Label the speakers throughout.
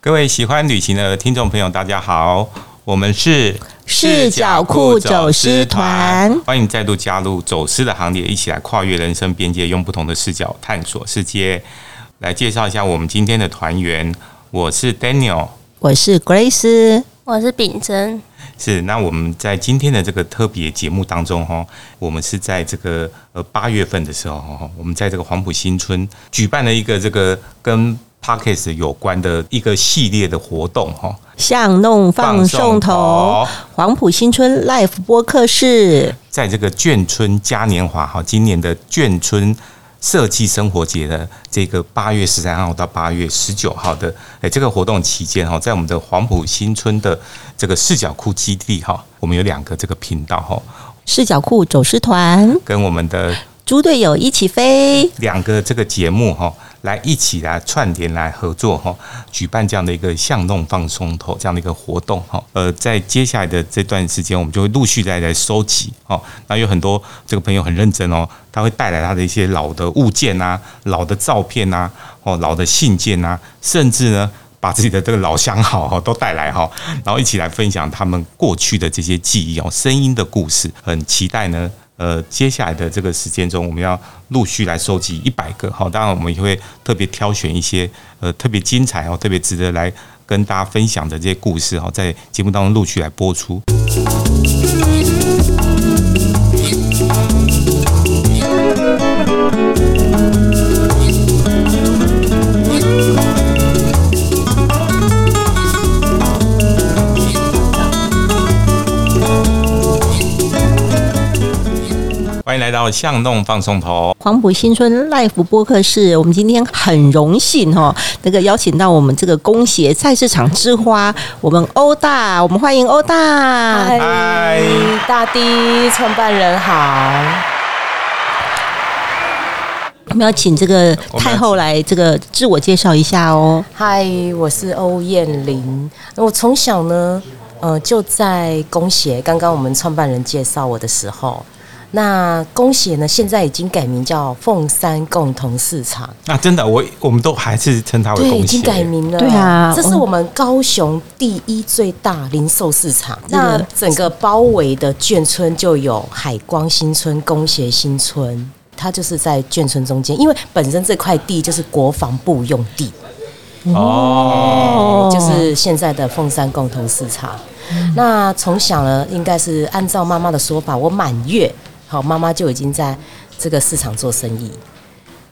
Speaker 1: 各位喜欢旅行的听众朋友，大家好，我们是
Speaker 2: 视角库走失团
Speaker 1: 欢迎再度加入走失的行列，一起来跨越人生边界，用不同的视角探索世界。来介绍一下我们今天的团员，我是 Daniel，
Speaker 2: 我是 Grace，
Speaker 3: 我是秉真，
Speaker 1: 是，那我们在今天的这个特别节目当中，哈，我们是在这个呃八月份的时候，哈，我们在这个黄埔新村举办了一个这个跟 Parkes 有关的一个系列的活动，哦哈，
Speaker 2: 向弄放送头，黄埔新村 Life 播客室，
Speaker 1: 在这个眷村嘉年华，哈，今年的眷村。设计生活节的这个八月十三号到八月十九号的，诶，这个活动期间哈，在我们的黄埔新村的这个视角库基地哈，我们有两个这个频道哈，
Speaker 2: 视角库走失团，
Speaker 1: 跟我们的
Speaker 2: 猪队友一起飞，
Speaker 1: 两个这个节目哈、来一起来串联来合作哈、举办这样的一个巷弄放松头这样的一个活动哈、呃，在接下来的这段时间，我们就会陆续再来收集哦。那有很多这个朋友很认真哦，他会带来他的一些老的物件啊、老的照片啊、哦老的信件啊，甚至呢。把自己的这个老相好哈都带来哈，然后一起来分享他们过去的这些记忆哦，声音的故事，很期待呢。呃，接下来的这个时间中，我们要陆续来收集一百个哈，当然我们也会特别挑选一些呃特别精彩哦，特别值得来跟大家分享的这些故事哈，在节目当中陆续来播出。欢迎来到巷弄放松头，
Speaker 2: 黄埔新村 Life 播客室。我们今天很荣幸哦，那个邀请到我们这个工协菜市场之花，我们欧大，我们欢迎欧大。
Speaker 1: 嗨，
Speaker 4: 大地创办人好，
Speaker 2: 我们要请这个太后来这个自我介绍一下哦。
Speaker 4: 嗨，我是欧燕玲。我从小呢，呃，就在工协，刚刚我们创办人介绍我的时候，那工协呢，现在已经改名叫凤山共同市场，
Speaker 1: 那、真的我我们都还是称它为
Speaker 4: 对，
Speaker 1: 恭
Speaker 4: 已
Speaker 1: 喜
Speaker 4: 经。改名了，
Speaker 2: 对啊
Speaker 4: 这是我们高雄第一最大零售市场。
Speaker 2: 这个
Speaker 4: 那整个包围的眷村就有海光新村、工协新村，它就是在眷村中间，因为本身这块地就是国防部用地。
Speaker 1: 哦，
Speaker 4: 哎就是现在的凤山共同市场。那从小呢，应该是按照妈妈的说法，我满月，好，妈妈就已经在这个市场做生意。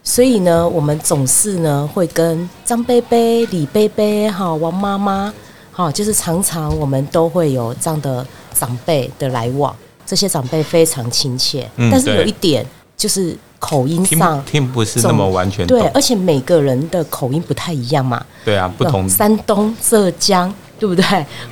Speaker 4: 所以呢，我们总是呢会跟张贝贝、李贝贝、哈王妈妈，好，就是常常我们都会有这样的长辈的来往，这些长辈非常亲切，
Speaker 1: 嗯
Speaker 4: 但是有
Speaker 1: 对
Speaker 4: 一点就是口音
Speaker 1: 听
Speaker 4: 上
Speaker 1: 听不是
Speaker 4: 总
Speaker 1: 那么完全
Speaker 4: 对，
Speaker 1: 懂，
Speaker 4: 而且每个人的口音不太一样嘛，
Speaker 1: 对啊，不同
Speaker 4: 嗯山东、浙江，对不对？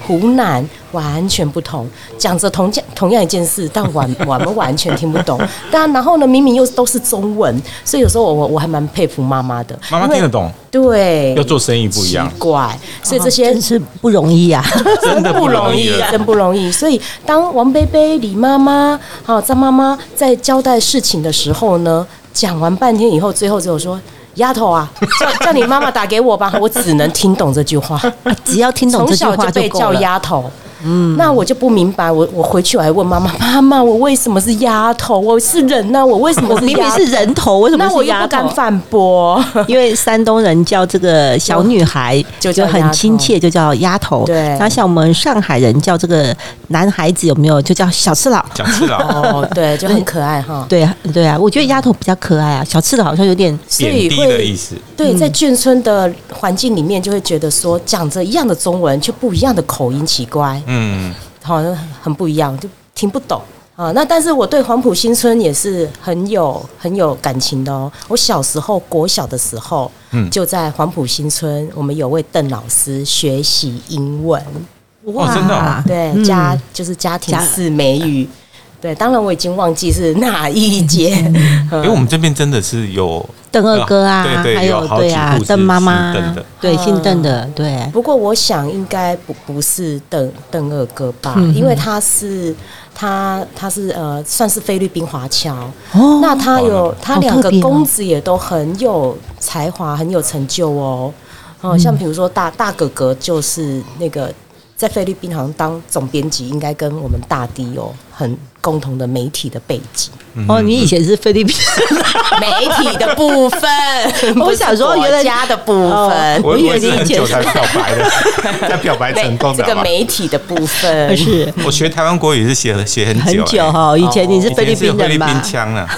Speaker 4: 湖南完全不同，讲着同样同样一件事，但完 我们完全听不懂。但然后呢，明明又都是中文，所以有时候我我我还蛮佩服妈妈的，
Speaker 1: 妈妈
Speaker 4: 因为
Speaker 1: 听得懂，
Speaker 4: 对，
Speaker 1: 要做生意不一样
Speaker 4: 奇，怪，所以这些
Speaker 2: 真是不容易啊！
Speaker 1: 真的不容易啊
Speaker 4: 真不容易。啊所以当王贝贝、李妈妈、还有张妈妈在交代事情的时候呢，讲完半天以后，最后只有说。丫头啊，叫叫你妈妈打给我吧，我只能听懂这句话。
Speaker 2: 只要听懂
Speaker 4: 从
Speaker 2: 这句
Speaker 4: 小
Speaker 2: 话
Speaker 4: 就被
Speaker 2: 够
Speaker 4: 叫
Speaker 2: 了。
Speaker 4: 丫头。嗯，那我就不明白，我我回去我还问妈妈，妈妈，我为什么是丫头？我是人啊呐、我为什么
Speaker 2: 我
Speaker 4: 是
Speaker 2: 明
Speaker 4: 丫
Speaker 2: 明
Speaker 4: 头
Speaker 2: 是人头，为什么
Speaker 4: 那我
Speaker 2: 是
Speaker 4: 又
Speaker 2: 丫
Speaker 4: 不敢
Speaker 2: 头？
Speaker 4: 反驳。
Speaker 2: 因为山东人叫这个小女孩
Speaker 4: 就
Speaker 2: 就
Speaker 4: 叫
Speaker 2: 很
Speaker 4: 丫头
Speaker 2: 亲切，就叫丫头。
Speaker 4: 对
Speaker 2: 那像我们上海人叫这个男孩子有没有就叫小赤佬？
Speaker 1: 讲是了，
Speaker 4: 哦，对，就很可爱哈。
Speaker 2: 对啊，对啊，我觉得丫头比较可爱啊，小赤佬好像有点
Speaker 4: 所
Speaker 1: 贬
Speaker 4: 以
Speaker 1: 低的意
Speaker 4: 会
Speaker 1: 思。
Speaker 4: 对，在眷村的环境里面，就会觉得说讲着一样的中文，却不一样的口音，奇怪。
Speaker 1: 嗯，
Speaker 4: 好像很不一样，就听不懂啊。那但是我对黄埔新村也是很有很有感情的哦。我小时候国小的时候，
Speaker 1: 嗯
Speaker 4: 就在黄埔新村，我们有位邓老师学习英文，
Speaker 1: 哦真的哦
Speaker 4: 对、
Speaker 2: 嗯
Speaker 4: 家就是家庭
Speaker 2: 家
Speaker 4: 式美语。对，当然我已经忘记是哪一节，
Speaker 1: 嗯
Speaker 4: 嗯
Speaker 1: 因为我们这边真的是有
Speaker 2: 邓二哥啊，
Speaker 1: 对对
Speaker 2: 还
Speaker 1: 有好
Speaker 2: 对
Speaker 1: 几
Speaker 2: 啊
Speaker 1: 户，是
Speaker 2: 邓妈妈
Speaker 1: 姓邓的，
Speaker 2: 对，姓邓
Speaker 4: 嗯
Speaker 2: 的，对。
Speaker 4: 不过我想应该不不是邓邓二哥吧，
Speaker 2: 嗯
Speaker 4: 因为他是他他是呃算是菲律宾华侨，
Speaker 2: 哦
Speaker 4: 那他
Speaker 1: 好
Speaker 4: 有
Speaker 1: 了
Speaker 4: 他
Speaker 2: 好
Speaker 4: 两
Speaker 2: 特啊
Speaker 4: 个
Speaker 2: 别哦
Speaker 4: 公子也都很有才华，很有成就哦。哦，
Speaker 2: 嗯
Speaker 4: 像比如说大大哥哥就是那个在菲律宾好像当总编辑，应该跟我们大地有很共同的媒体的背 景，
Speaker 1: 嗯
Speaker 2: 哦，你以前是菲律宾 人，
Speaker 4: 媒体的部分
Speaker 2: 我想说
Speaker 4: 不是
Speaker 2: 原来
Speaker 4: 国家的部
Speaker 2: 哦
Speaker 4: 分。
Speaker 1: 我
Speaker 2: 我以
Speaker 1: 我
Speaker 2: 为
Speaker 1: 是
Speaker 2: 你以
Speaker 1: 很
Speaker 2: 前
Speaker 1: 久
Speaker 2: 是
Speaker 1: 才表白的，才表白成功
Speaker 4: 这
Speaker 1: 的。
Speaker 4: 个
Speaker 1: 好吧
Speaker 4: 媒体的部 分
Speaker 2: 是
Speaker 1: 我学台湾国语是学了学很
Speaker 2: 很
Speaker 1: 久、
Speaker 2: 久
Speaker 1: 欸
Speaker 2: 哈，以前你是
Speaker 1: 以
Speaker 2: 菲律
Speaker 1: 前是
Speaker 2: 宾
Speaker 1: 菲律
Speaker 2: 人
Speaker 1: 宾
Speaker 2: 吧？
Speaker 1: 腔 啊，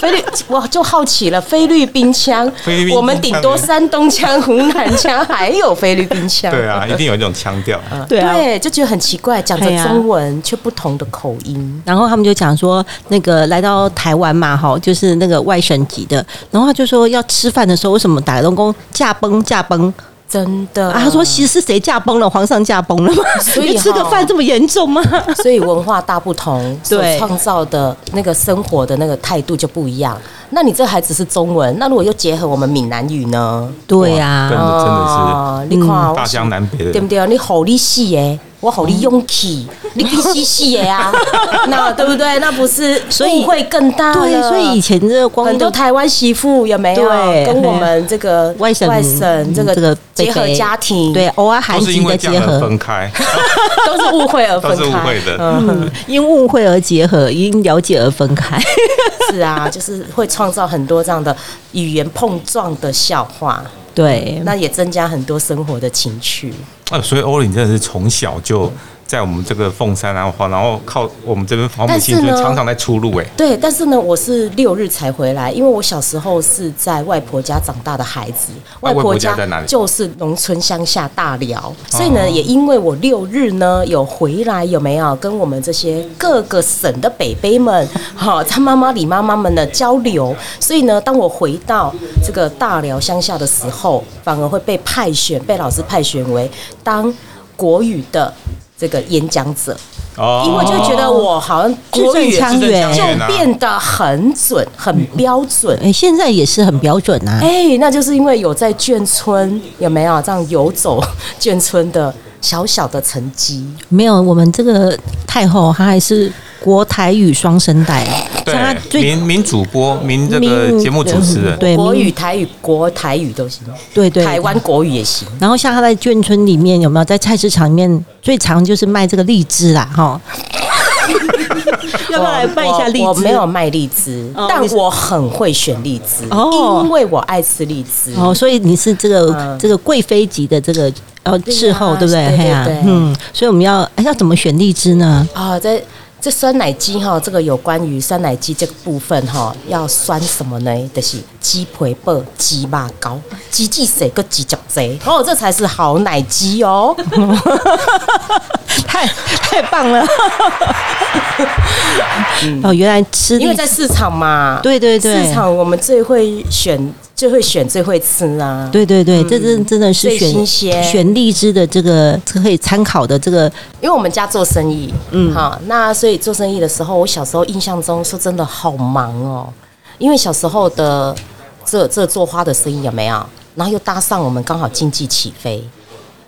Speaker 4: 菲律，我就好奇了，菲律宾腔，
Speaker 1: 菲律宾腔
Speaker 4: 我们顶多山东腔、湖南腔，还有菲律宾腔，
Speaker 1: 对啊，一定有一种腔调。
Speaker 2: 对啊。
Speaker 4: 对，就觉得很奇怪，讲着
Speaker 2: 对啊
Speaker 4: 中文却不同的口音，
Speaker 2: 然后他们就讲说，那个来到台湾嘛，哈，就是那个外省籍的，然后他就说要吃饭的时候，为什么打龙工驾崩驾崩
Speaker 4: 真的
Speaker 2: 啊？他 说其实是谁驾崩了？皇上驾崩了吗？
Speaker 4: 嗯所以
Speaker 2: 你吃个
Speaker 4: 哈
Speaker 2: 饭这么严重吗？
Speaker 4: 所以文化大不同，所
Speaker 2: 对
Speaker 4: 创造的那个生活的那个态度就不一样。那你这还只是中文，那如果又结合我们闽南语呢？
Speaker 2: 对啊
Speaker 1: 哇
Speaker 2: 嗯呀、
Speaker 1: 真的真的是
Speaker 4: 哦你看
Speaker 1: 大江南北的
Speaker 4: 对不对？你吼你死耶，我吼你勇气，你去死死耶 啊！那对不对？那不是
Speaker 2: 所以
Speaker 4: 误会更大了
Speaker 2: 对，所以以前这个光
Speaker 4: 很多
Speaker 2: 都
Speaker 4: 台湾媳妇有没有
Speaker 2: 对
Speaker 4: 跟我们这个
Speaker 2: 外省
Speaker 4: 外省这
Speaker 2: 这个
Speaker 4: 个
Speaker 2: 北
Speaker 4: 结合
Speaker 2: 北
Speaker 4: 家庭，
Speaker 2: 对，偶尔韩
Speaker 1: 都是
Speaker 2: 籍
Speaker 1: 因为
Speaker 2: 的
Speaker 1: 这
Speaker 2: 结
Speaker 1: 样而
Speaker 2: 合，
Speaker 1: 分开，
Speaker 4: 都是误会而分
Speaker 1: 都
Speaker 4: 开，
Speaker 1: 是误会的
Speaker 4: 嗯，
Speaker 2: 因误会而结合，因了解而分开。
Speaker 4: 是啊，就是会创造很多这样的语言碰撞的笑话，
Speaker 2: 对，
Speaker 4: 那也增加很多生活的情趣。
Speaker 1: 啊，所以欧林真的是从小就在我们这个凤山啊，然后靠我们这边黄埔
Speaker 4: 但是
Speaker 1: 新
Speaker 4: 呢
Speaker 1: 村常常在出入哎、
Speaker 4: 对，但是呢，我是六日才回来，因为我小时候是在外婆家长大的孩子，
Speaker 1: 啊
Speaker 4: 婆
Speaker 1: 外婆家在哪里哦
Speaker 4: 就是农村乡下大寮，所以呢，也因为我六日呢有回来，有没有跟我们这些各个省的北北们， 哈、他妈妈、李妈妈们的交流，所以呢，当我回到这个大寮乡下的时候，反而会被派选，被老师派选为当国语的这个演讲者，
Speaker 1: 哦
Speaker 4: 因为就觉得我好像
Speaker 2: 字
Speaker 4: 国
Speaker 2: 正
Speaker 4: 语
Speaker 1: 也
Speaker 2: 腔
Speaker 1: 字正
Speaker 2: 圆
Speaker 1: 腔，
Speaker 4: 就
Speaker 1: 圆啊
Speaker 4: 变得很准、很标准
Speaker 2: 哎、。现在也是很标准啊。
Speaker 4: 哎、那就是因为有在眷村有没有这样游走眷村的小小的成绩？
Speaker 2: 没有，我们这个太后她还是国台语双声带，
Speaker 1: 对
Speaker 2: 像她最
Speaker 1: 民民主播、民这个
Speaker 2: 民
Speaker 1: 节目主持人，
Speaker 2: 对
Speaker 4: 国语、
Speaker 2: 民
Speaker 4: 台语、国台语都行，
Speaker 2: 对对
Speaker 4: 台湾国语也行。
Speaker 2: 然后像她在眷村里面有没有在菜市场里面最常就是卖这个荔枝啦，哈。 要不要来卖一下荔枝？
Speaker 4: 我我没有卖荔枝，
Speaker 2: 哦
Speaker 4: 但
Speaker 2: 你是
Speaker 4: 我很会选荔枝，
Speaker 2: 哦
Speaker 4: 因为我爱吃荔枝。
Speaker 2: 哦，所以你是这个、
Speaker 4: 嗯
Speaker 2: 这个贵妃级的这个呃
Speaker 4: 对呀
Speaker 2: 伺候，对不对？
Speaker 4: 对对
Speaker 2: 嘿呀
Speaker 4: 对
Speaker 2: 嗯，所以我们要哎要怎么选荔枝呢？
Speaker 4: 啊、这这酸奶鸡哈，这个有关于酸奶鸡这个部分哈，要酸什么呢？就是鸡皮薄、鸡肉膏、鸡鸡水跟鸡脚贼哦，这才是好奶鸡 哦。
Speaker 2: 太太棒了！哦，原来吃
Speaker 4: 因
Speaker 2: 荔
Speaker 4: 为在
Speaker 2: 枝，
Speaker 4: 市场嘛，
Speaker 2: 对对对
Speaker 4: 市场我们最会选，最会选，最会吃啊。
Speaker 2: 对对对，这真真的是
Speaker 4: 最
Speaker 2: 选
Speaker 4: 新鲜
Speaker 2: 选荔枝的这个这可以参考的这个嗯
Speaker 4: 因为我们家做生意，嗯，好，那所以做生意的时候，我小时候印象中说真的好忙哦，因为小时候的这这做花的生意有没有？然后又搭上我们刚好经济起飞，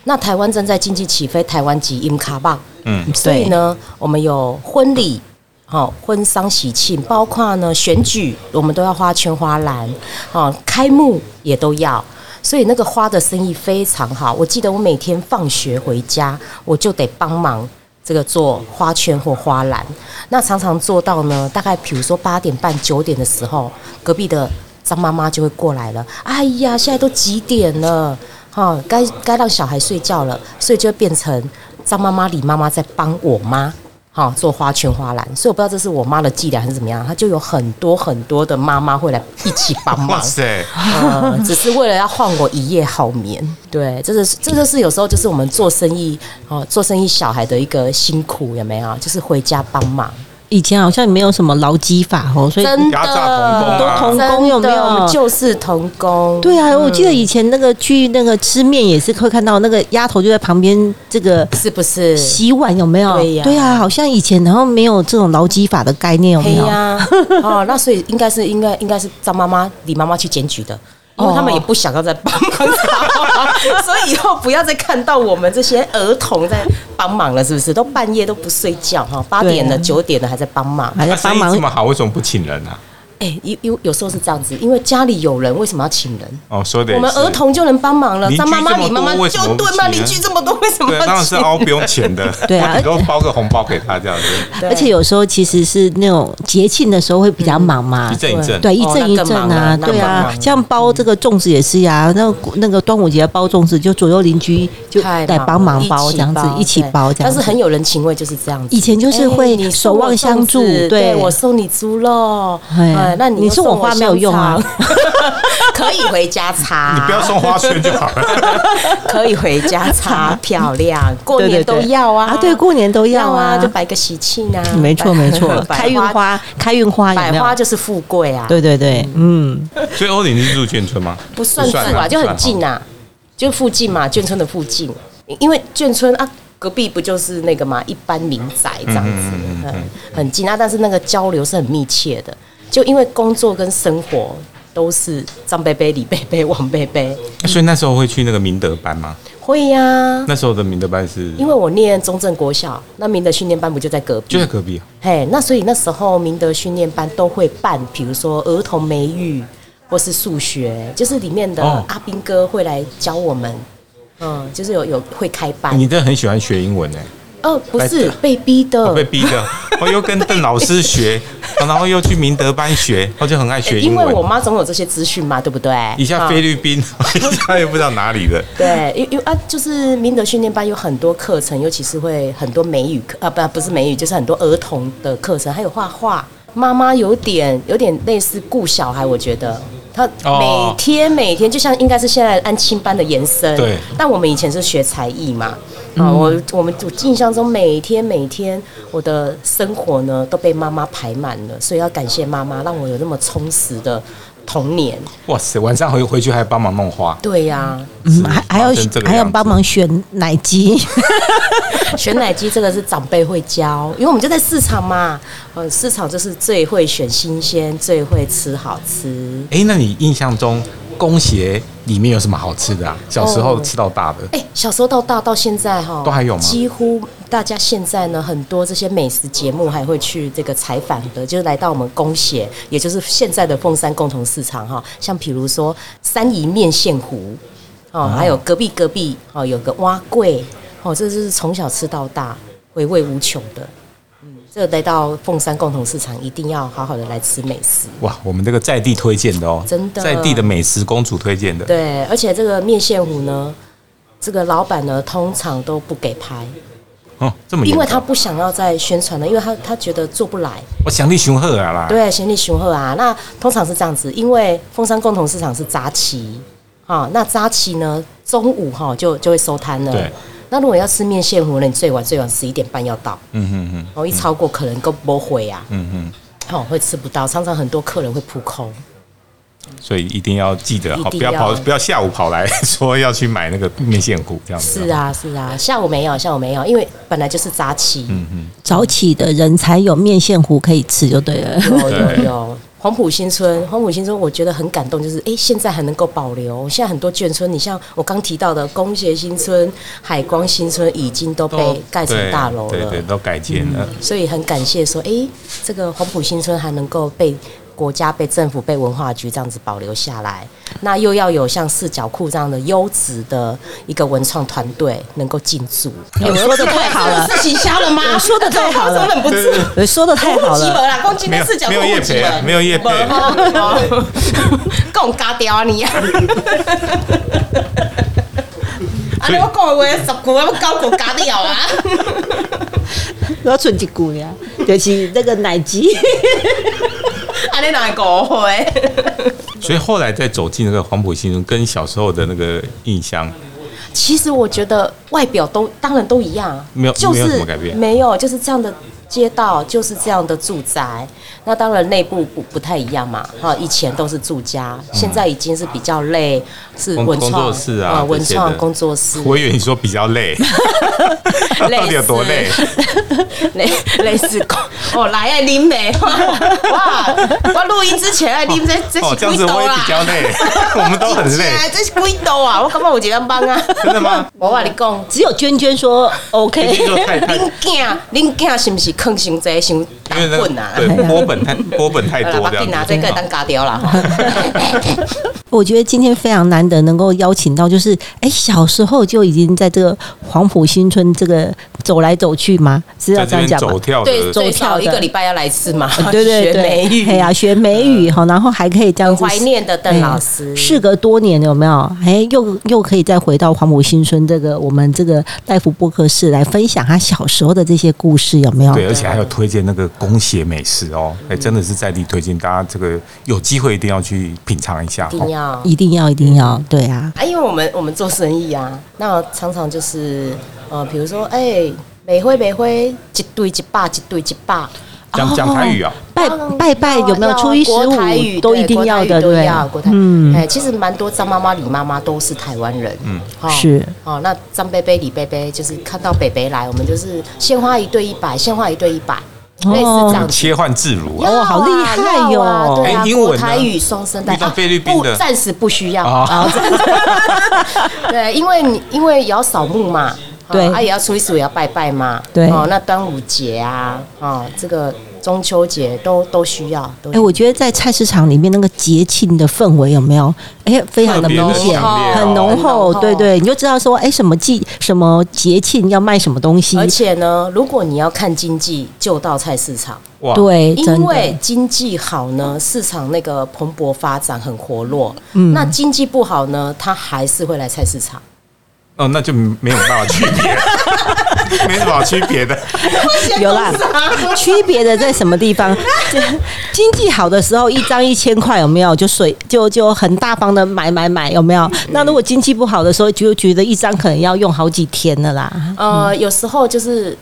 Speaker 4: 那台湾正在经济起飞，台湾籍音卡棒，
Speaker 1: 嗯，
Speaker 4: 所以呢，我们有婚礼。好、婚丧喜庆，包括呢选举，我们都要花圈花篮，哦，开幕也都要，所以那个花的生意非常好。我记得我每天放学回家，我就得帮忙这个做花圈或花篮，那常常做到呢，大概比如说八点半、九点的时候，隔壁的张妈妈就会过来了。哎呀，现在都几点了？哈、该该让小孩睡觉了，所以就会变成张妈妈、李妈妈在帮我妈。好、做花圈花篮，所以我不知道这是我妈的伎俩还是怎么样，她就有很多很多的妈妈会来一起帮忙
Speaker 1: 哇，塞，
Speaker 4: 呃，只是为了要换我一夜好眠。对，这就是这就是有时候就是我们做生意哦，做生意小孩的一个辛苦有没有？就是回家帮忙，
Speaker 2: 以前好像没有什么劳基法哦，所以
Speaker 4: 真的
Speaker 1: 压榨童工啊都
Speaker 2: 呃童工有没有
Speaker 4: 真的我们就是童工，嗯
Speaker 2: 对啊，我记得以前那个去那个吃面也是会看到那个丫头就在旁边这个
Speaker 4: 是不是？
Speaker 2: 洗碗有没有？
Speaker 4: 嗯对呀
Speaker 2: 啊，好像以前然后没有这种劳基法的概念有
Speaker 4: 黑
Speaker 2: 没有？
Speaker 4: 呀、 哦，那所以应该是应该应该是张妈妈、李妈妈去检举的。因
Speaker 2: 哦
Speaker 4: 为他们也不想要再帮忙 他，所以以后不要再看到我们这些儿童在帮忙了，是不是？都半夜都不睡觉哈，八点了、
Speaker 2: 对啊
Speaker 4: 哎九点了还在帮忙。
Speaker 2: 还在
Speaker 1: 那
Speaker 2: 帮
Speaker 1: 生意
Speaker 2: 忙
Speaker 1: 这么好，为什么不请人啊？
Speaker 4: 哎，因因为有时候是这样子，因为家里有人，为什么要请人？
Speaker 1: 哦，说的
Speaker 4: 我们
Speaker 1: 也是
Speaker 4: 儿童就能帮忙了，
Speaker 1: 邻居
Speaker 4: 张妈妈、
Speaker 1: 这么
Speaker 4: 李妈妈
Speaker 1: 多为什么
Speaker 4: 就
Speaker 1: 不
Speaker 4: 对嘛，
Speaker 1: 请
Speaker 4: 邻
Speaker 1: 人
Speaker 4: 居这么多，为什么
Speaker 1: 对，当
Speaker 4: 要
Speaker 1: 然是哦
Speaker 4: 请？
Speaker 1: 凹不用钱 的，
Speaker 2: 对啊
Speaker 1: 我顶多包个红包给他这样子，
Speaker 4: 对
Speaker 2: 而且有时候其实是那种节庆的时候会比较忙嘛
Speaker 1: 嗯一，阵一阵。
Speaker 2: 对，一
Speaker 4: 哦
Speaker 2: 阵
Speaker 4: 那
Speaker 2: 一
Speaker 4: 更
Speaker 2: 阵
Speaker 4: 忙
Speaker 2: 啊，
Speaker 4: 了那
Speaker 2: 对
Speaker 4: 更
Speaker 2: 啊
Speaker 4: 忙，了
Speaker 2: 像包这个粽子也是呀、那那个端午节包粽子，就左右邻居就
Speaker 4: 太
Speaker 2: 来
Speaker 4: 忙
Speaker 2: 帮忙
Speaker 4: 了
Speaker 2: 包这样子，一起
Speaker 4: 对
Speaker 2: 包这样
Speaker 4: 但
Speaker 2: 子。
Speaker 4: 是很有人情味，就是这样子。
Speaker 2: 以前就是会
Speaker 4: 哎你
Speaker 2: 守
Speaker 4: 送我
Speaker 2: 望相
Speaker 4: 粽
Speaker 2: 助对
Speaker 4: 子对我送你猪肉，
Speaker 2: 哎
Speaker 4: 哎，那你
Speaker 2: 你
Speaker 4: 又
Speaker 2: 送我花没有用啊
Speaker 4: 香肠，可以回家擦，
Speaker 1: 你不要送花圈就好了，
Speaker 4: 可以回家 擦，漂亮，过
Speaker 2: 对对
Speaker 4: 年都
Speaker 2: 对
Speaker 4: 要啊，
Speaker 2: 啊，对，过年都要
Speaker 4: 要
Speaker 2: 啊，
Speaker 4: 就摆个喜庆啊，
Speaker 2: 没错
Speaker 4: 摆，
Speaker 2: 没错
Speaker 4: 摆
Speaker 2: 开运花，开运花有
Speaker 4: 百
Speaker 2: 没有
Speaker 4: 花？就是富贵啊，
Speaker 2: 对对对，嗯，
Speaker 1: 所以欧林是住眷村吗？
Speaker 4: 不算住
Speaker 1: 不算啊
Speaker 4: 啊，就很近啊，就附近嘛，眷村的附近，因为眷村啊。隔壁不就是那个嘛，一般民宅这样子，
Speaker 1: 嗯嗯嗯嗯
Speaker 4: 很很近啊。但是那个交流是很密切的，就因为工作跟生活都是张贝贝、李贝贝、王贝贝，
Speaker 1: 哎所以那时候会去那个明德班吗？
Speaker 4: 会呀、
Speaker 1: 那时候的明德班是
Speaker 4: 因为我念中正国小，那明德训练班不就在隔壁
Speaker 1: 就在？隔壁啊，
Speaker 4: 嘿，那所以那时候明德训练班都会办，比如说儿童美语或是数学，就是里面的
Speaker 1: 哦
Speaker 4: 阿兵哥会来教我们。嗯，就是有有会开班
Speaker 1: 你真的很喜欢学英文哎、
Speaker 4: 哦，不
Speaker 1: 来
Speaker 4: 是被逼的，
Speaker 1: 我被逼 的，我又跟邓老师学，然后又去明德班学，我就很爱学英
Speaker 4: 哎因为我
Speaker 1: 文。
Speaker 4: 妈总有这些资讯嘛，对不对？
Speaker 1: 一下
Speaker 4: 啊
Speaker 1: 菲律宾， 一下也不知道哪里的。
Speaker 4: 对，因因为啊，就是明德训练班有很多课程，尤其是会很多美语课啊，不不是美语，就是很多儿童的课程，还有画画。妈妈有点有点类似顾小孩，我觉得她
Speaker 1: 哦
Speaker 4: 每天每天就像应该是现在安亲班的延伸。
Speaker 1: 对嗯
Speaker 4: 但我们以前是学才艺嘛，啊，我我们我印象中每天每天我的生活呢都被妈妈排满了，所以要感谢妈妈，让我有那么充实的童年。
Speaker 1: 哇塞，晚上回回去还帮忙弄花，
Speaker 4: 对呀、
Speaker 2: 嗯，还还要
Speaker 1: 成这个
Speaker 2: 还要
Speaker 1: 样子
Speaker 2: 帮忙选奶鸡，
Speaker 4: 选奶鸡这个是长辈会教，因为我们就在市场嘛，呃，市场就是最会选新鲜，最会吃好吃。
Speaker 1: 哎、那你印象中工协里面有什么好吃的啊？小时候吃到大的，
Speaker 4: 哎、小时候到大到现在哈，
Speaker 1: 都还有吗
Speaker 4: 几乎大家现在呢，很多这些美食节目还会去这个采访的，就是来到我们工协，也就是现在的凤山共同市场哈。像比如说三姨面线糊，哦，
Speaker 1: 啊
Speaker 4: 还有隔壁隔壁哦，有个蛙柜，哦，这就是从小吃到大，回味无穷的。嗯，这来到凤山共同市场，一定要好好的来吃美食。
Speaker 1: 哇，我们这个在地推荐的哦，
Speaker 4: 真的
Speaker 1: 在地的美食公主推荐的，
Speaker 4: 对，而且这个面线糊呢，这个老板呢通常都不给拍。
Speaker 1: 哦，这么严
Speaker 4: 因
Speaker 1: 格
Speaker 4: 为他不想要再宣传了，因为他他觉得做不来，
Speaker 1: 我想力雄鹤啊啦，
Speaker 4: 对，嫌你雄鹤啊。那通常是这样子，因为凤山共同市场是扎旗啊，那扎旗呢，中午哈就就会收摊了
Speaker 1: 对。
Speaker 4: 那如果要吃面线糊呢，你最晚最晚十一点半要到，
Speaker 1: 嗯哼哼，
Speaker 4: 哦，一超过可能够不回啊，
Speaker 1: 嗯哦
Speaker 4: 哦，会吃不到，常常很多客人会扑空。
Speaker 1: 哼，所以一定要记得
Speaker 4: 一
Speaker 1: 好，不
Speaker 4: 定
Speaker 1: 要跑，
Speaker 4: 要
Speaker 1: 不要下午跑来 说要去买那个面线糊这样子。
Speaker 4: 是，啊，是啊，下午没有，下午没有，因为本来就是扎旗。
Speaker 1: 嗯哼，
Speaker 2: 早起的人才有面线糊可以吃就对了。
Speaker 4: 有有
Speaker 1: 对
Speaker 4: 有，黄埔新村，黄埔新村，我觉得很感动，就是哎、诶现在还能够保留。现在很多眷村，你像我刚提到的工协新村、海光新村，已经都
Speaker 1: 都
Speaker 4: 被盖成
Speaker 1: 对
Speaker 4: 大楼
Speaker 1: 对
Speaker 4: 了。嗯
Speaker 1: 对，都改建了。
Speaker 4: 所以很感谢说，哎、这个黄埔新村还能够被国家、被政府、被文化局这样子保留下来，那又要有像四角库这样的优质的一个文创团队能够进驻。
Speaker 2: 我说的太好了，
Speaker 4: 自己瞎了吗？
Speaker 2: 我说得太好了
Speaker 4: 我忍不住。
Speaker 2: 我说的太好了。
Speaker 4: 啦，啊讲真
Speaker 1: 没
Speaker 4: 的
Speaker 1: 有
Speaker 4: 视角
Speaker 1: 没有业配啊没有业配
Speaker 4: 讲加掉 啊你啊！
Speaker 1: 所以
Speaker 4: 啊，你我讲的话十句，我九句加掉 啊！
Speaker 2: 我剩一姑娘，就是那个奶鸡。
Speaker 4: 啊，你哪会误会？
Speaker 1: 所以后来再走进那个黄埔新村，跟小时候的那个印象，
Speaker 4: 其实我觉得外表都当然都一样，啊
Speaker 1: 没有
Speaker 4: 就
Speaker 1: 没有什
Speaker 4: 是
Speaker 1: 么改变
Speaker 4: 没有，就是这样的街道，就是这样的住宅。那当然内部不不太一样嘛，哈，以前都是住家，现在已经是比较累，是
Speaker 1: 嗯工
Speaker 4: 文创
Speaker 1: 工作室啊
Speaker 4: 呃文
Speaker 1: 这些的
Speaker 4: 创工作室。啊
Speaker 1: 我以为你说比较 累， 到底有多累？
Speaker 4: 类类似讲， 哦，来爱啉美， 哇，我录音之前爱啊啉这这
Speaker 1: 哦，
Speaker 4: 是啊
Speaker 1: 这样
Speaker 4: 几
Speaker 1: 子
Speaker 4: 度
Speaker 1: 我也
Speaker 4: 啦
Speaker 1: 比？较 累，我们都很累，
Speaker 4: 啊，这是几度啊？我感觉有一个帮啊，
Speaker 1: 真的吗？
Speaker 4: 我话你讲，
Speaker 2: 只有娟娟说
Speaker 1: 听
Speaker 2: OK，
Speaker 1: 说太太
Speaker 4: 恁囝恁囝是不是坑熊贼熊打
Speaker 1: 因为那
Speaker 4: 棍啊，
Speaker 1: 个 对波本太波本太
Speaker 4: 好啦
Speaker 1: 多
Speaker 4: 把
Speaker 1: 这
Speaker 4: 电拿
Speaker 1: 样
Speaker 4: 这个
Speaker 1: 子哦
Speaker 4: 当。嘎 掉啦。
Speaker 2: 我觉得今天非常难得能够邀请到，就是哎、小时候就已经在这个黄埔新村这个走来走去吗？是
Speaker 1: 在
Speaker 2: 要这
Speaker 1: 这
Speaker 2: 样
Speaker 1: 边
Speaker 2: 讲吗
Speaker 1: 走？跳的
Speaker 4: 对，最少一个礼拜要来一次嘛，
Speaker 2: 对对
Speaker 4: 学
Speaker 2: 对，
Speaker 4: 美语，
Speaker 2: 哎呀、哎学美语哈，然后还可以这样
Speaker 4: 很
Speaker 2: 子
Speaker 4: 怀念的邓老师。
Speaker 2: 事隔多年有没有？哎，又又可以再回到黄埔新村这个我们这个戴夫播客室来分享他小时候的这些故事，有没有？
Speaker 1: 对，而且还有推荐那个工协美食哦，哎，
Speaker 4: 嗯
Speaker 1: 真的是在地推荐，大家这个有机会一定要去品尝一下哦哈
Speaker 4: 一定。要
Speaker 2: 一定要一定要，对啊，
Speaker 4: 啊，因为我们我们做生意啊，那常常就是呃，比如说哎，美辉美辉一对一霸，一对一霸，
Speaker 1: 讲讲台语啊，
Speaker 2: 拜拜拜有没有？初一十
Speaker 4: 哦国台语
Speaker 2: 五都
Speaker 4: 对
Speaker 2: 一定要的，
Speaker 4: 国台语都
Speaker 2: 对
Speaker 4: 要，国台语
Speaker 2: 嗯
Speaker 4: 哎，其实蛮多张妈妈、李妈妈都是台湾人，嗯，
Speaker 2: 是
Speaker 4: 哦，那张贝贝、李贝贝就是看到北北来，我们就是鲜花一对一百，鲜花一对一百，
Speaker 2: 哦
Speaker 4: 类似这样子。
Speaker 1: 切换自如啊，
Speaker 4: 要啊
Speaker 2: 好厉害哟
Speaker 4: 要啊对啊，
Speaker 1: 哎英文呢
Speaker 4: 国台语双声带，
Speaker 1: 遇到
Speaker 4: 啊
Speaker 1: 菲律宾的
Speaker 4: 不暂时不需要
Speaker 1: 哦
Speaker 4: 啊，暂时对，因为你因为也要扫墓嘛，啊
Speaker 2: 对
Speaker 4: 啊也要初一十五也要拜拜嘛，
Speaker 2: 对
Speaker 4: 哦，那端午节啊，啊这个中秋节都都需要，都
Speaker 2: 哎、我觉得在菜市场里面那个节庆的氛围有没有？哎、非常的明显，
Speaker 1: 特别的
Speaker 2: 很
Speaker 1: 强烈哦
Speaker 2: 浓厚，
Speaker 4: 很浓厚
Speaker 2: 对对，你就知道说，哎、什么季什么节庆要卖什么东西
Speaker 4: 而，且呢，如果你要看经济，就到菜市场，
Speaker 1: 哇，
Speaker 2: 对，哎真
Speaker 4: 因为
Speaker 2: 的，
Speaker 4: 经济好呢，市场那个蓬勃发展很活络，
Speaker 2: 嗯
Speaker 4: 那经济不好呢，他还是会来菜市场。
Speaker 1: 哦，那就没有办法区别， 没什么好区别的。
Speaker 2: 有啦，区别的在什么地方？ 经济好的时候，一张一千块，有没有？就水就就很大方的买买买，有没
Speaker 4: 嗯
Speaker 2: 有？那如果经济不好的时候，就觉得一张可能要用好几天的啦。
Speaker 4: 呃，有时候就是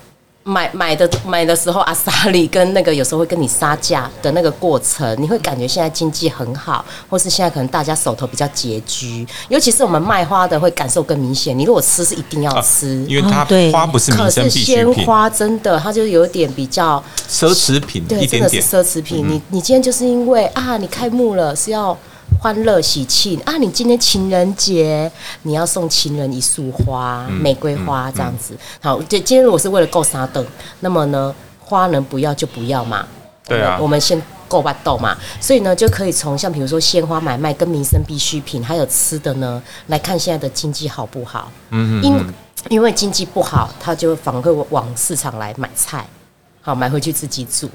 Speaker 4: 买买的买的时候，阿萨里跟那个有时候会跟你杀价的那个过程，你会感觉现在经济很好，或是现在可能大家手头比较拮据，尤其是我们卖花的会感受更明显。你如果吃是一定要
Speaker 1: 啊
Speaker 4: 吃，
Speaker 1: 因为它
Speaker 2: 哦对
Speaker 1: 花不是民
Speaker 4: 可
Speaker 1: 生
Speaker 4: 是
Speaker 1: 必需
Speaker 4: 鲜
Speaker 1: 品，
Speaker 4: 花真的它就有点比较
Speaker 1: 奢侈品
Speaker 4: 对，
Speaker 1: 一
Speaker 4: 真
Speaker 1: 点
Speaker 4: 的是
Speaker 1: 点。嗯
Speaker 4: 奢侈品。你你今天就是因为啊，你开幕了是要欢乐喜庆啊，你今天情人节你要送情人一束花，
Speaker 1: 嗯
Speaker 4: 玫瑰花这样子。好，这今天如果是为了够啥等，那么呢，花能不要就不要嘛。
Speaker 1: 对啊
Speaker 4: 我们我们先。够吧豆嘛，所以呢，就可以从像比如说鲜花买卖跟民生必需品，还有吃的呢，来看现在的经济好不好。嗯因因为经济不好，他就反而会往市场来买菜，好买回去自己煮。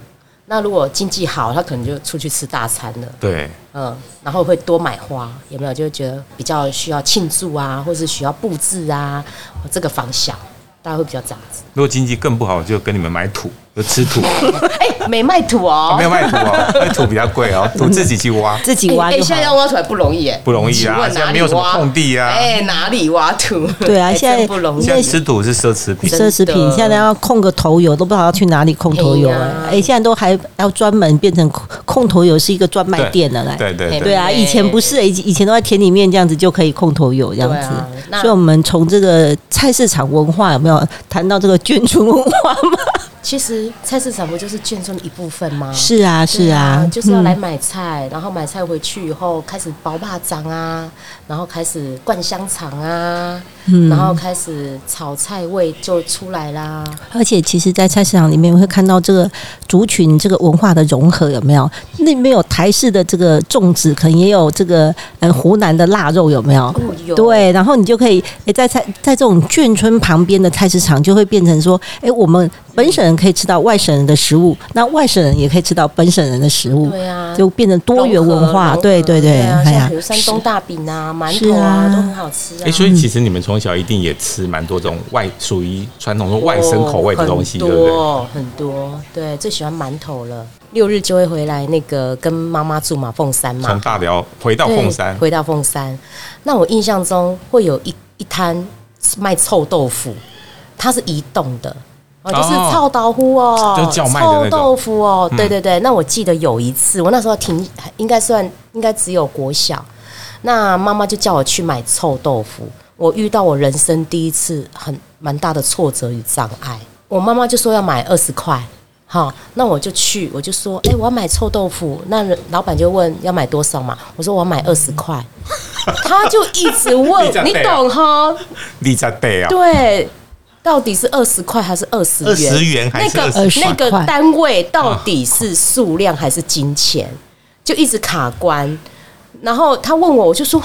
Speaker 4: 那如果经济好，他可能就出去吃大餐了，
Speaker 1: 对，
Speaker 4: 嗯，然后会多买花，有没有？就会觉得比较需要庆祝啊，或是需要布置啊，这个方向大家会比较这样子。
Speaker 1: 如果经济更不好，就跟你们买土，就吃土，
Speaker 4: 哎、没卖土哦，
Speaker 1: 没有卖土 哦，卖土比较贵哦，土自己去挖。
Speaker 2: 自己
Speaker 4: 哎
Speaker 2: 挖
Speaker 4: 哎
Speaker 2: 就好
Speaker 4: 现在
Speaker 2: 了。
Speaker 4: 要挖土还不容易哎，
Speaker 1: 不容易啊
Speaker 4: 请问
Speaker 1: 现在
Speaker 4: 哪里
Speaker 1: 没有什么
Speaker 4: 挖
Speaker 1: 空地啊
Speaker 4: 哎，哪里挖土？
Speaker 2: 对啊
Speaker 4: 哎
Speaker 2: 现在
Speaker 4: 真不容易
Speaker 1: 现。在吃土是奢侈品，
Speaker 2: 奢侈
Speaker 4: 真
Speaker 2: 品
Speaker 4: 的
Speaker 2: 现在要控个头油，都不知道要去哪里控头油
Speaker 4: 哎
Speaker 2: 哎、
Speaker 4: 呀
Speaker 2: 哎现在都还要专门变成控控头油是一个专卖店了嘞。
Speaker 1: 对对
Speaker 4: 哎
Speaker 2: 对
Speaker 1: 对，
Speaker 2: 啊，
Speaker 4: 对
Speaker 2: 以前不是，以以前都在田里面这样子就可以控头油这样
Speaker 4: 对啊
Speaker 2: 子，
Speaker 4: 那
Speaker 2: 所以我们从这个菜市场文化有没有谈到这个眷村文化吗？
Speaker 4: 其实菜市场不就是眷村的一部分吗？
Speaker 2: 是啊，是
Speaker 4: 对
Speaker 2: 啊，
Speaker 4: 就是要来
Speaker 2: 嗯
Speaker 4: 买菜，然后买菜回去以后开始包霸掌啊，然后开始灌香肠啊，
Speaker 2: 嗯
Speaker 4: 然后开始炒菜味就出来啦。
Speaker 2: 而且其实，在菜市场里面会看到这个族群这个文化的融合，有没有？那边有台式的这个粽子，可能也有这个呃湖南的腊肉，有没有？
Speaker 4: 哦有
Speaker 2: 对，然后你就可以诶，在菜在这种眷村旁边的菜市场，就会变成说，诶，我们本省人可以吃到外省人的食物，那外省人也可以吃到本省人的食物，
Speaker 4: 对啊
Speaker 2: 哦就变成多元文化。
Speaker 4: 融合
Speaker 2: 对对对，
Speaker 4: 啊，
Speaker 2: 哎
Speaker 4: 像
Speaker 2: 呀
Speaker 4: 比如，山东大饼啊、馒
Speaker 2: 是
Speaker 4: 头啊，
Speaker 2: 啊
Speaker 4: 都很好吃啊。
Speaker 1: 哎，所以其实你们从小一定也吃蛮多种外属于传统中外省口味的东西，
Speaker 4: 嗯哦很
Speaker 1: 对不对？
Speaker 4: 多很多，对，最喜欢馒头了。六日就会回来，那个跟妈妈住马凤山嘛，
Speaker 1: 从大寮回到
Speaker 4: 对
Speaker 1: 凤山，
Speaker 4: 回到凤山。那我印象中会有一一摊是卖臭豆腐，它是移动的。哦，就是
Speaker 1: 哦
Speaker 4: 臭豆腐哦，
Speaker 1: 就是叫卖的那种
Speaker 4: 臭豆腐哦，
Speaker 1: 嗯
Speaker 4: 对对对。那我记得有一次，我那时候挺应该算应该只有国小，那妈妈就叫我去买臭豆腐。我遇到我人生第一次很蛮大的挫折与障碍。我妈妈就说要买二十块，好，那我就去，我就说，哎、我要买臭豆腐。那人老板就问要买多少嘛，我说我要买二十块，他就一直 问
Speaker 1: 你这，样
Speaker 4: 你
Speaker 1: 对啊
Speaker 4: 懂哈？
Speaker 1: 立在背啊，
Speaker 4: 对，到底是二十块还是二十元？
Speaker 1: 20元还
Speaker 4: 那
Speaker 1: 是
Speaker 4: 个
Speaker 2: 20
Speaker 4: 那个
Speaker 2: 块
Speaker 4: 单位
Speaker 1: 嗯
Speaker 4: 到底是数量还是金钱？就一直卡关。然后他问我，我就说，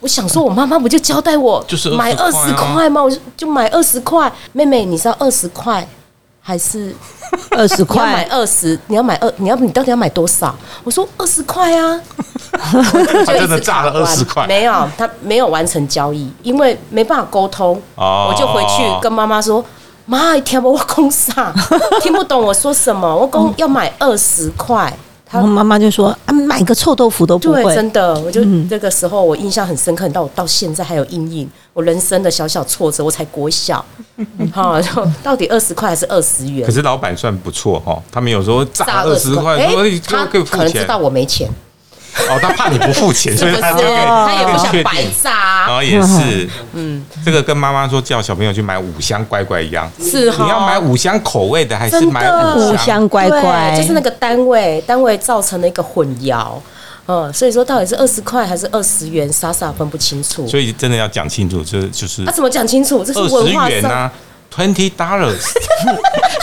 Speaker 4: 我想说我妈妈不就交代我
Speaker 1: 就是
Speaker 4: 买二
Speaker 1: 20块啊
Speaker 4: 十块吗？我就就买二十块。妹妹，你知道二十块还是
Speaker 2: 二十
Speaker 4: 你要买
Speaker 2: 块，
Speaker 4: 二十？你要买二？你要你到底要买多少？我说二十块啊。
Speaker 1: 他真的炸了二十块，
Speaker 4: 没有，他没有完成交易，因为没办法沟通，
Speaker 1: 哦
Speaker 4: 我就回去跟妈妈说。妈，你听不我 讲啥？听不懂我说什么？我
Speaker 1: 嗯
Speaker 4: 讲要买二十块，
Speaker 2: 然后妈妈就说：“啊，买个臭豆腐都不
Speaker 4: 对，
Speaker 2: 会。
Speaker 4: 真的，我就
Speaker 1: 嗯
Speaker 4: 那个时候我印象很深刻，到我到现在还有阴影，我人生的小小挫折，我才国 小，哈，就到底二十块还是二十元
Speaker 1: 可？是老板算不错哈，他们有时候炸二十块，
Speaker 4: 哎
Speaker 1: 说哎
Speaker 4: 他
Speaker 1: 就可以
Speaker 4: 可
Speaker 1: 付
Speaker 4: 能知
Speaker 1: 钱，
Speaker 4: 道我没钱，
Speaker 1: 哦，他怕你不付钱，
Speaker 4: 是
Speaker 1: 所
Speaker 4: 不
Speaker 1: 以
Speaker 4: 是？
Speaker 1: 他就可以
Speaker 4: 他也不
Speaker 1: 更确
Speaker 4: 想
Speaker 1: 定
Speaker 4: 白炸
Speaker 1: 然
Speaker 4: 啊，
Speaker 1: 后哦也是，嗯，这个跟妈妈说叫小朋友去买五香乖乖一样，
Speaker 4: 是哈。
Speaker 1: 你要买五香口味的还是买
Speaker 4: 真的
Speaker 2: 五
Speaker 1: 五香？
Speaker 2: 香哦乖乖，
Speaker 4: 对就是那个单位单位造成了一个混淆，嗯，所以说到底是二十块还是二十元，傻傻分不清楚。
Speaker 1: 所以真的要讲清楚，这就是
Speaker 4: 啊，怎么讲清楚？这是
Speaker 1: 二
Speaker 4: 文
Speaker 1: 十
Speaker 4: 化
Speaker 1: 元
Speaker 4: 上，
Speaker 1: 啊，twenty dollars。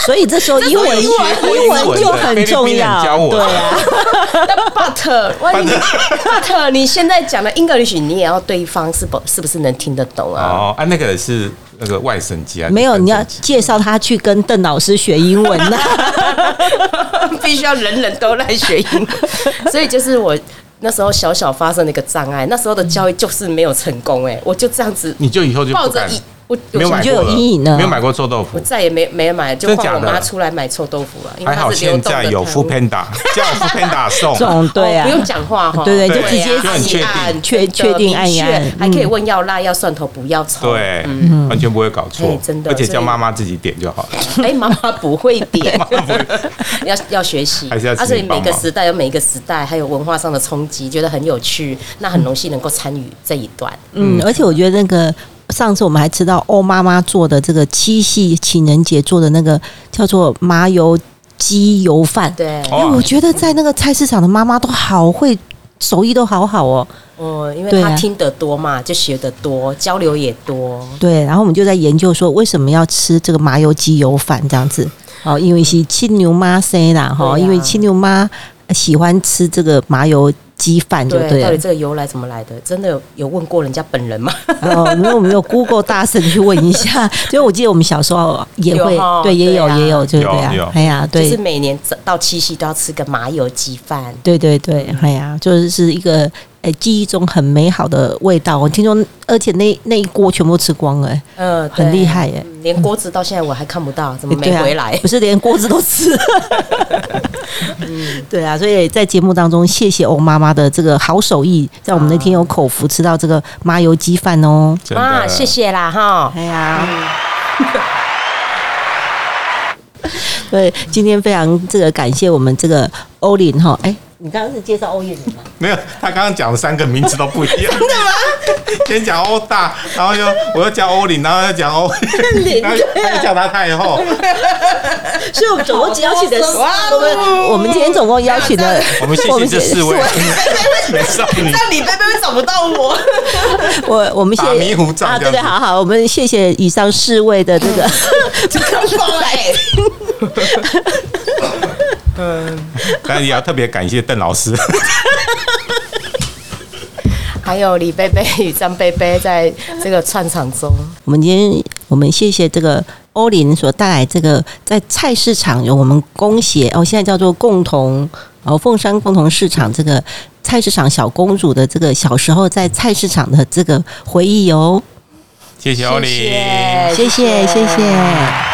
Speaker 2: 所以这时候英文
Speaker 4: 这
Speaker 2: 英
Speaker 4: 时候英
Speaker 1: 文
Speaker 2: 文就 很重
Speaker 1: 菲律宾人教
Speaker 2: 要，
Speaker 1: 我
Speaker 2: 对啊，
Speaker 4: 但 but 万一 but 你现在讲的 English，你也要对方是不是不是能听得懂啊？
Speaker 1: 哦，啊，那个是那个外省籍啊，
Speaker 2: 没有
Speaker 1: 本省
Speaker 2: 你要
Speaker 1: 籍
Speaker 2: 介绍他去跟邓老师学英文啊呐、
Speaker 4: 必须要人人都来学英 文，所以就是我。那时候小小发生了一个障碍，那时候的教育就是没有成功、哎，我就这样子
Speaker 1: 你就以后就
Speaker 4: 抱
Speaker 1: 不
Speaker 4: 着
Speaker 1: 敢
Speaker 4: 一，我
Speaker 1: 没有买
Speaker 2: 就
Speaker 1: 过
Speaker 2: 有
Speaker 1: 了
Speaker 2: 阴影了
Speaker 1: 没有买过臭豆腐
Speaker 4: 我，再也没没买，就
Speaker 1: 真
Speaker 4: 换我
Speaker 1: 假的
Speaker 4: 妈出来买臭豆腐了。因为
Speaker 1: 还好
Speaker 4: 它是流
Speaker 1: 现
Speaker 4: 动的
Speaker 1: 在有
Speaker 4: 摊
Speaker 1: f o
Speaker 4: 位
Speaker 1: Panda，叫 f o Panda 送
Speaker 2: 这，种对
Speaker 4: 哦
Speaker 2: 啊
Speaker 4: 不，用讲话 哈，
Speaker 2: 对对
Speaker 1: 就直接
Speaker 4: 啊
Speaker 1: 就很确定
Speaker 4: 按
Speaker 2: 确确定按一按嗯
Speaker 4: 明确还可以问要辣要蒜头不要葱。
Speaker 1: 对，完全不会搞错
Speaker 4: 哎，真的
Speaker 1: 而且
Speaker 4: 所
Speaker 1: 叫
Speaker 4: 以
Speaker 1: 妈妈自己点就好 了。
Speaker 4: 哎，妈妈不会 点， 要要学习，
Speaker 1: 还是要请
Speaker 4: 啊所以
Speaker 1: 你帮
Speaker 4: 每
Speaker 1: 忙
Speaker 4: 个时代有每一个时代，还有文化上的冲击，觉得很有趣，那很荣幸能够参与这一段。
Speaker 2: 嗯，而且我觉得那个上次我们还吃到欧妈妈做的这个七夕情人节做的那个叫做麻油鸡油饭，
Speaker 4: 对，
Speaker 1: 哦
Speaker 2: 哎，我觉得在那个菜市场的妈妈都好会，手艺都好好哦。
Speaker 4: 哦，因为
Speaker 2: 对啊
Speaker 4: 他听得多嘛，就学得多，交流也多。
Speaker 2: 对，然后我们就在研究说为什么要吃这个麻油鸡油饭这样子哦，因为是亲牛妈生啦哈、
Speaker 4: 对啊
Speaker 2: 因为亲牛妈喜欢吃这个麻油鸡饭就对啊
Speaker 4: 到底
Speaker 2: 了。
Speaker 4: 这个由来怎么来的？真的有有问过人家本人吗？
Speaker 2: 哦，因为我们有 Google 大神去问一 下，所以我记得我们小时候也会
Speaker 4: 有哦
Speaker 2: 对，也有
Speaker 4: 对啊
Speaker 2: 也有，就是对
Speaker 1: 有有
Speaker 2: 啊，哎呀，
Speaker 4: 就
Speaker 2: 对
Speaker 4: 是每年到七夕都要吃个麻油鸡饭。
Speaker 2: 对对对，哎呀，就是是一个呃记忆中很美好的味道。我听说，而且那那一锅全部吃光了、哎
Speaker 4: 嗯，对
Speaker 2: 很厉害哎耶
Speaker 4: 嗯连锅子到现在我还看不到，怎么没
Speaker 2: 对啊
Speaker 4: 回来？
Speaker 2: 不是连锅子都吃。对啊，所以在节目当中，谢谢欧妈妈的这个好手艺，在我们那天有口福吃到这个麻油鸡饭哦。
Speaker 1: 真
Speaker 4: 妈，
Speaker 1: 的，啊
Speaker 4: 啊谢。谢啦哈！
Speaker 2: 哎呀。 对，今天非常这个感谢我们这个欧林哈，哎，你刚刚是介绍欧林的 吗？
Speaker 1: 没有，他刚刚讲的三个名字都不一样。真的吗？ 先讲欧大，然后又我又讲欧林，然后又讲 欧，然后他又叫他太后。
Speaker 2: 所以我们总共邀请的 哦四
Speaker 4: 哇
Speaker 2: 哦我们我们今天总共邀请的，
Speaker 1: 我们谢谢这四位 美少女，
Speaker 4: 你贝贝会找不到 我，
Speaker 2: 我我们谢
Speaker 1: 打迷糊仗
Speaker 2: 啊，
Speaker 1: 这
Speaker 2: 对
Speaker 1: 样
Speaker 2: 对，
Speaker 1: 子
Speaker 2: 好好，我们谢谢以上四位的这 个。
Speaker 4: 哎，
Speaker 1: 但也要特别感谢邓老师。
Speaker 4: 还有李贝贝与张贝贝在这个串场中，
Speaker 2: 我们今天我们谢谢这个欧林所带来这个在菜市场有我们工协哦，现在叫做共同哦凤山共同市场这个菜市场小公主的这个小时候在菜市场的这个回忆哦，
Speaker 1: 谢谢欧林。
Speaker 2: 谢谢谢谢